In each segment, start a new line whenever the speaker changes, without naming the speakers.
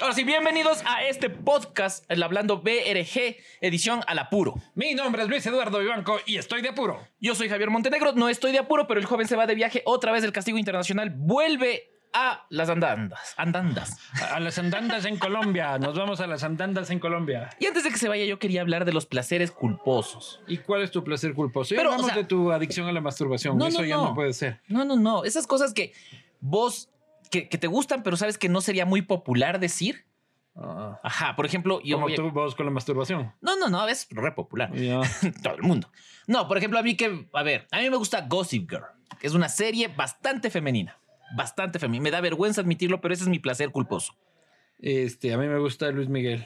Ahora sí, bienvenidos a este podcast, el Hablando BRG, edición al apuro.
Mi nombre es Luis Eduardo Vivanco y estoy de apuro.
Yo soy Javier Montenegro, no estoy de apuro, pero el joven se va de viaje otra vez. El castigo internacional vuelve a las andandas. Andandas.
A las andandas en Colombia. Nos vamos a las andandas en Colombia.
Y antes de que se vaya, yo quería hablar de los placeres culposos.
¿Y cuál es tu placer culposo? Ya
Pero,
hablamos
o sea,
de tu adicción a la masturbación.
no,
Eso
no,
ya
no.
no puede ser.
No, no, no. Esas cosas que vos, que, que te gustan, pero sabes que no sería muy popular decir.
Ah,
Ajá, por ejemplo, yo...
Como
voy a-
tú, vos con la masturbación.
No, no, no, es re popular.
Ya.
todo el mundo. No, por ejemplo, a mí que, a ver, a mí me gusta Gossip Girl, que es una serie bastante femenina, bastante femenina. Me da vergüenza admitirlo, pero ese es mi placer culposo.
Este, a mí me gusta Luis Miguel.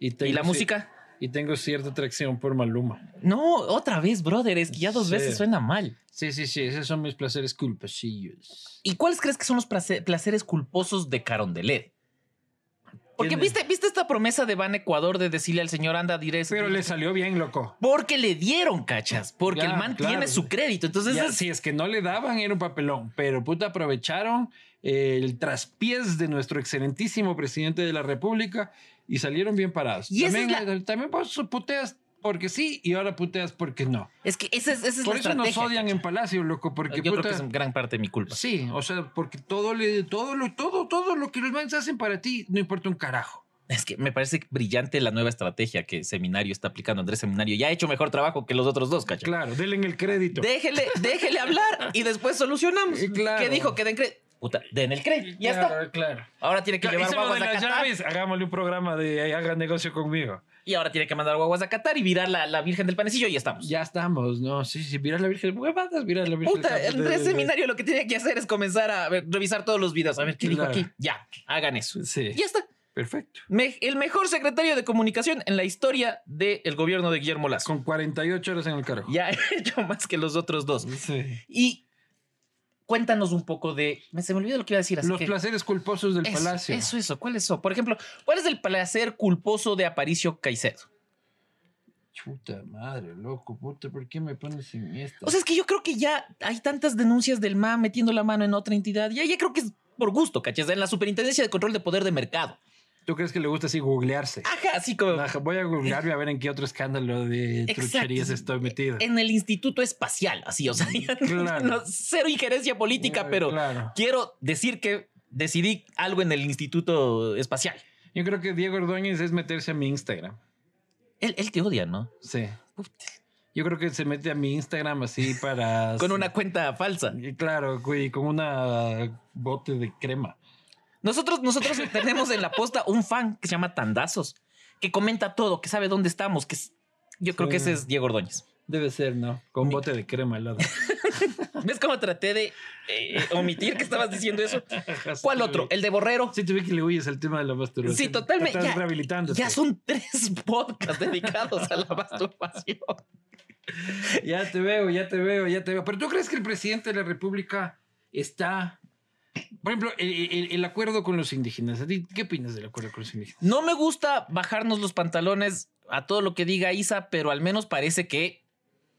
¿Y
tengo
la
ci-
música?
Y tengo cierta atracción por Maluma.
No, otra vez, brother, es que ya dos
Sí.
veces suena mal.
Sí, sí, sí. Esos son mis placeres culposillos.
¿Y cuáles crees que son los place- placeres culposos de Carondelet? Porque
Tiene-
viste, viste esta promesa de Ban Ecuador de decirle al señor anda diré
Pero le salió bien, loco.
porque le dieron cachas, porque
Ya,
el man
claro.
tiene su crédito. Entonces,
Ya,
es-
si es que no le daban, era un papelón. Pero puta, aprovecharon eh, el traspiés de nuestro excelentísimo presidente de la República y salieron bien parados.
Y esa
también,
es
también por eso puteas porque sí y ahora puteas porque no.
es que esa es, esa es
por
la
eso nos
estrategia,
odian
cacha.
en Palacio, loco, porque
Yo
puta.
creo que es gran parte de mi culpa.
Sí, o sea, porque todo, le, todo, lo, todo, todo lo que los manes hacen para ti no importa un carajo.
Es que me parece brillante la nueva estrategia que Seminario está aplicando. Andrés Seminario ya ha hecho mejor trabajo que los otros dos, cacho.
Claro, denle el crédito.
Déjele, déjele hablar y después solucionamos.
Eh, claro.
¿Qué dijo? Que den crédito. Puta, den el crédito. Ya está.
Claro, claro.
Ahora tiene que
Claro,
llevar
hice lo
guaguas
de
a
las
Qatar.
llaves, hagámosle un programa de eh, haga negocio conmigo.
Y ahora tiene que mandar guaguas a Qatar y virar la, la Virgen del Panecillo y ya estamos.
Pues Ya estamos, no, sí, sí, mira la Virgen, huevadas, mira la Virgen.
Puta,
Estamos de-
Andrés
de- de-
Seminario lo que tiene que hacer es comenzar a ver- revisar todos los videos. A ver qué dijo
Claro.
aquí. Ya, hagan eso.
Sí,
Ya está.
perfecto.
Me- el mejor secretario de comunicación en la historia del gobierno de Guillermo Lazo.
Con 48 horas en el cargo.
Ya ha hecho más que los otros dos.
Sí.
Y cuéntanos un poco de. me- Se me olvidó lo que iba a decir. Así
Los
que-
placeres culposos del
eso,
palacio.
Eso, eso. ¿Cuál es eso? Por ejemplo, ¿cuál es el placer culposo de Aparicio Caicedo?
Chuta madre, loco, puta, ¿por qué me pones en esto?
O sea, es que yo creo que ya hay tantas denuncias del MA metiendo la mano en otra entidad. Ya, ya creo que es por gusto, ¿cachas? En la Superintendencia de Control de Poder de Mercado.
¿Tú crees que le gusta así googlearse?
Ajá, así como.
Ajá, Voy a googlearme a ver en qué otro escándalo de
Exacto.
trucherías estoy metido.
En el Instituto Espacial, así, o sea, ya no-
Claro.
no- cero injerencia política,
Eh,
pero
Claro.
quiero decir que decidí algo en el Instituto Espacial.
Yo creo que Diego Ordóñez es meterse a mi Instagram.
Él, él te odia, ¿no?
Sí.
Puta.
Yo creo que se mete a mi Instagram así para.
Con una cuenta falsa.
Y Claro, güey, con una bote de crema.
Nosotros, nosotros tenemos en la posta un fan que se llama Tandazos, que comenta todo, que sabe dónde estamos, que es- yo creo
Sí.
que ese es Diego Ordóñez.
Debe ser, ¿no? Con
Mi-
bote de crema al lado.
¿Ves cómo traté de eh, omitir que estabas diciendo eso? ¿Cuál otro? El de Borrero.
Eh, Sí, te vi que le huyes al tema de la masturbación.
Sí, totalmente.
Estás
Ya-
rehabilitándote.
Ya son tres podcasts dedicados a la masturbación.
Ya te veo, ya te veo, ya te veo. Pero ¿tú crees que el presidente de la República está... Por ejemplo, el, el- el acuerdo con los indígenas. ¿A ti qué opinas del acuerdo con los indígenas?
No me gusta bajarnos los pantalones a todo lo que diga Isa, pero al menos parece que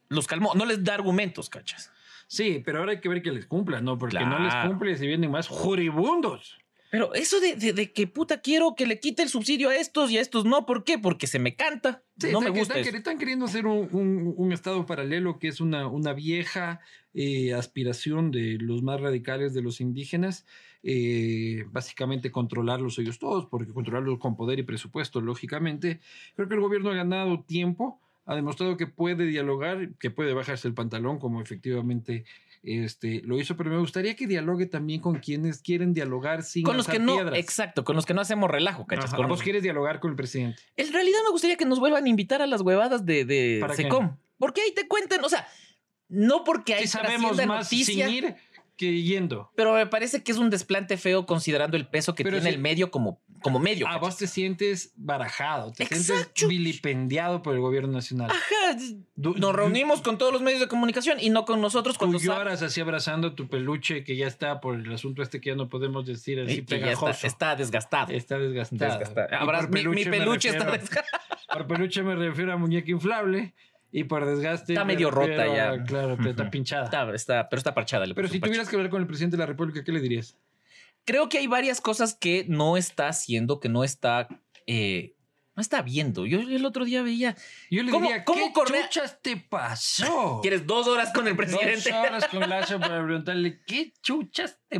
los calmó. No les da argumentos, cachas.
Sí, pero ahora hay que ver que les cumplan, ¿no? Porque no les
Claro.
cumple si vienen más juribundos.
Pero eso de, de- de que puta quiero que le quite el subsidio a estos y a estos no, ¿por qué? Porque se me canta.
Sí,
no me
están,
gusta.
están,
eso.
están queriendo hacer un, un- un estado paralelo que es una, una vieja eh, aspiración de los más radicales de los indígenas, eh, básicamente controlarlos ellos todos, porque controlarlos con poder y presupuesto, lógicamente. Creo que el gobierno ha ganado tiempo, ha demostrado que puede dialogar, que puede bajarse el pantalón, como efectivamente este, lo hizo, pero me gustaría que dialogue también con quienes quieren dialogar sin
Con los
lanzar
que no,
piedras.
exacto, con los que no hacemos relajo, cachas.
Ajá,
Con
vos
los-
quieres dialogar con el presidente.
En realidad me gustaría que nos vuelvan a invitar a las huevadas de, de
¿Para qué?
SECOM. Porque ahí te cuentan, o sea, no porque hay
Sí sabemos
trascienda
más
noticia,
sin ir que yendo.
pero me parece que es un desplante feo considerando el peso que
Pero
tiene
sí.
el medio como, como medio.
Ah,
cachas.
vos te sientes barajado, te
Exacto.
sientes vilipendiado por el gobierno nacional.
Ajá,
Du-
Nos
du-
reunimos con todos los medios de comunicación y no con nosotros
Tú
cuando saben-
lloras así abrazando tu peluche que ya está por el asunto este que ya no podemos decir
Y-
así
y ya está,
pegajoso. Está,
está desgastado.
desgastado.
Desgastado.
Y
Habrás-
por
mi, mi
me
peluche está
refiero-
desgastado.
Por peluche me refiero a muñeca inflable y por desgaste.
Está
me
medio rota
refiero a-
ya.
Claro, pero está
Ujú.
pinchada.
Está- está- pero está parchada. le
Pero
puse
si
un parche.
tuvieras que hablar con el presidente de la República, ¿qué le dirías?
creo que hay varias cosas que no está haciendo, que no está, eh, no está viendo. Yo el otro día veía,
Yo le
¿Cómo-
diría,
cómo
¿qué
Correa-
chuchas te pasó?
¿quieres dos horas con el presidente?
Dos horas pues, con Lazo para preguntarle, ¿qué chuchas te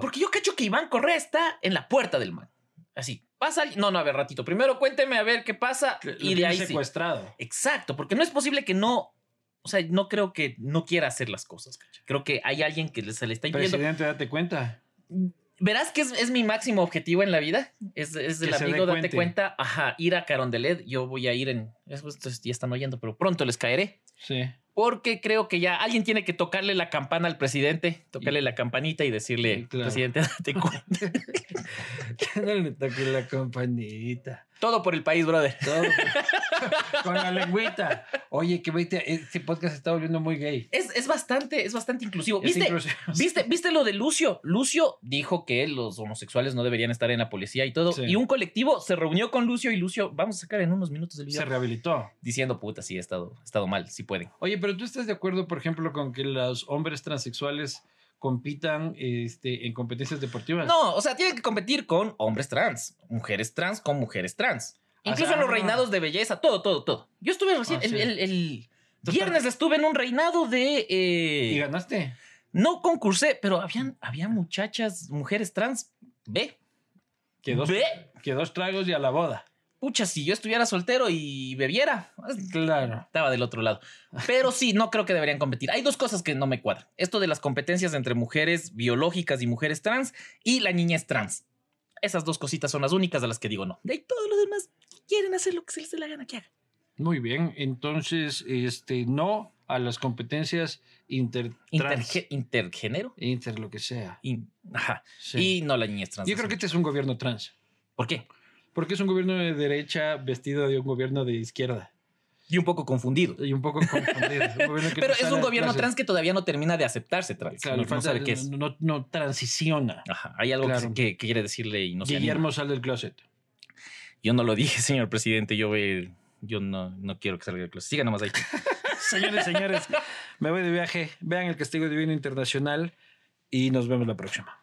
Porque yo cacho que Iván Correa está en la puerta del man. Así, pasa. No, no, a ver, ratito. Primero cuénteme a ver qué pasa
Lo
y de
tiene
ahí sí.
secuestrado.
Exacto, porque no es posible que no. O sea, no creo que no quiera hacer las cosas. cacho. Creo que hay alguien que le- se le está impidiendo.
Presidente, date cuenta.
Verás que es, es mi máximo objetivo en la vida. Es, es el
Que se dé
amigo, date
cuenta.
cuenta. Ajá, ir a Carondelet. Yo voy a ir en. es- Estos ya están oyendo, pero pronto les caeré.
Sí.
Porque creo que ya alguien tiene que tocarle la campana al presidente, tocarle la campanita y decirle,
Sí, claro.
presidente, date cuenta.
no le toque la campanita.
Todo por el país, brother.
Todo con la lengüita. Oye, que vete, este podcast se está volviendo muy gay.
Es, es bastante, es bastante inclusivo.
Es
¿Viste?
inclusive-
¿Viste, ¿Viste lo de Lucio? Lucio dijo que los homosexuales no deberían estar en la policía y todo.
Sí.
Y un colectivo se reunió con Lucio y Lucio, vamos a sacar en unos minutos el video,
Se rehabilitó.
diciendo, puta, sí, he estado, he estado mal, sí pueden.
Oye, pero tú estás de acuerdo, por ejemplo, con que los hombres transexuales compitan este, en competencias deportivas.
No, o sea, tienen que competir con hombres trans, mujeres trans con mujeres trans.
Ah,
Incluso en los
ah.
reinados de belleza, todo, todo, todo. Yo estuve recién,
Ah,
el,
sí.
el- el
Total.
viernes estuve en un reinado de... eh,
¿Y ganaste?
no concursé, pero habían, había muchachas, mujeres trans, ve,
Que dos,
ve.
que dos tragos y a la boda.
Pucha, si yo estuviera soltero y bebiera,
Claro.
estaba del otro lado. Pero sí, no creo que deberían competir. Hay dos cosas que no me cuadran. Esto de las competencias entre mujeres biológicas y mujeres trans y la niñez trans. Esas dos cositas son las únicas a las que digo no. De ahí todos los demás quieren hacer lo que se les dé la gana que hagan.
Muy bien. Entonces, este, no a las competencias inter, trans,
Interge- intergénero.
inter lo que sea.
In- ajá.
Sí.
Y no la niñez trans.
Yo creo que este es un gobierno trans.
¿Por qué?
Porque es un gobierno de derecha vestido de un gobierno de izquierda.
Y un poco confundido.
Y un poco confundido. Un gobierno que
Pero
no
es
sale
un
a
gobierno
clases.
trans que todavía no termina de aceptarse trans.
Claro,
no, no
falta-
sabe qué es.
no- no transiciona.
Ajá, hay algo que
Claro.
se- que, que quiere decirle y no se anima.
Guillermo sale del closet.
Yo no lo dije, señor presidente. Yo, eh, yo no, no quiero que salga del closet. Siga nomás ahí.
Señores, señores, me voy de viaje. Vean el Castigo Divino Internacional y nos vemos la próxima.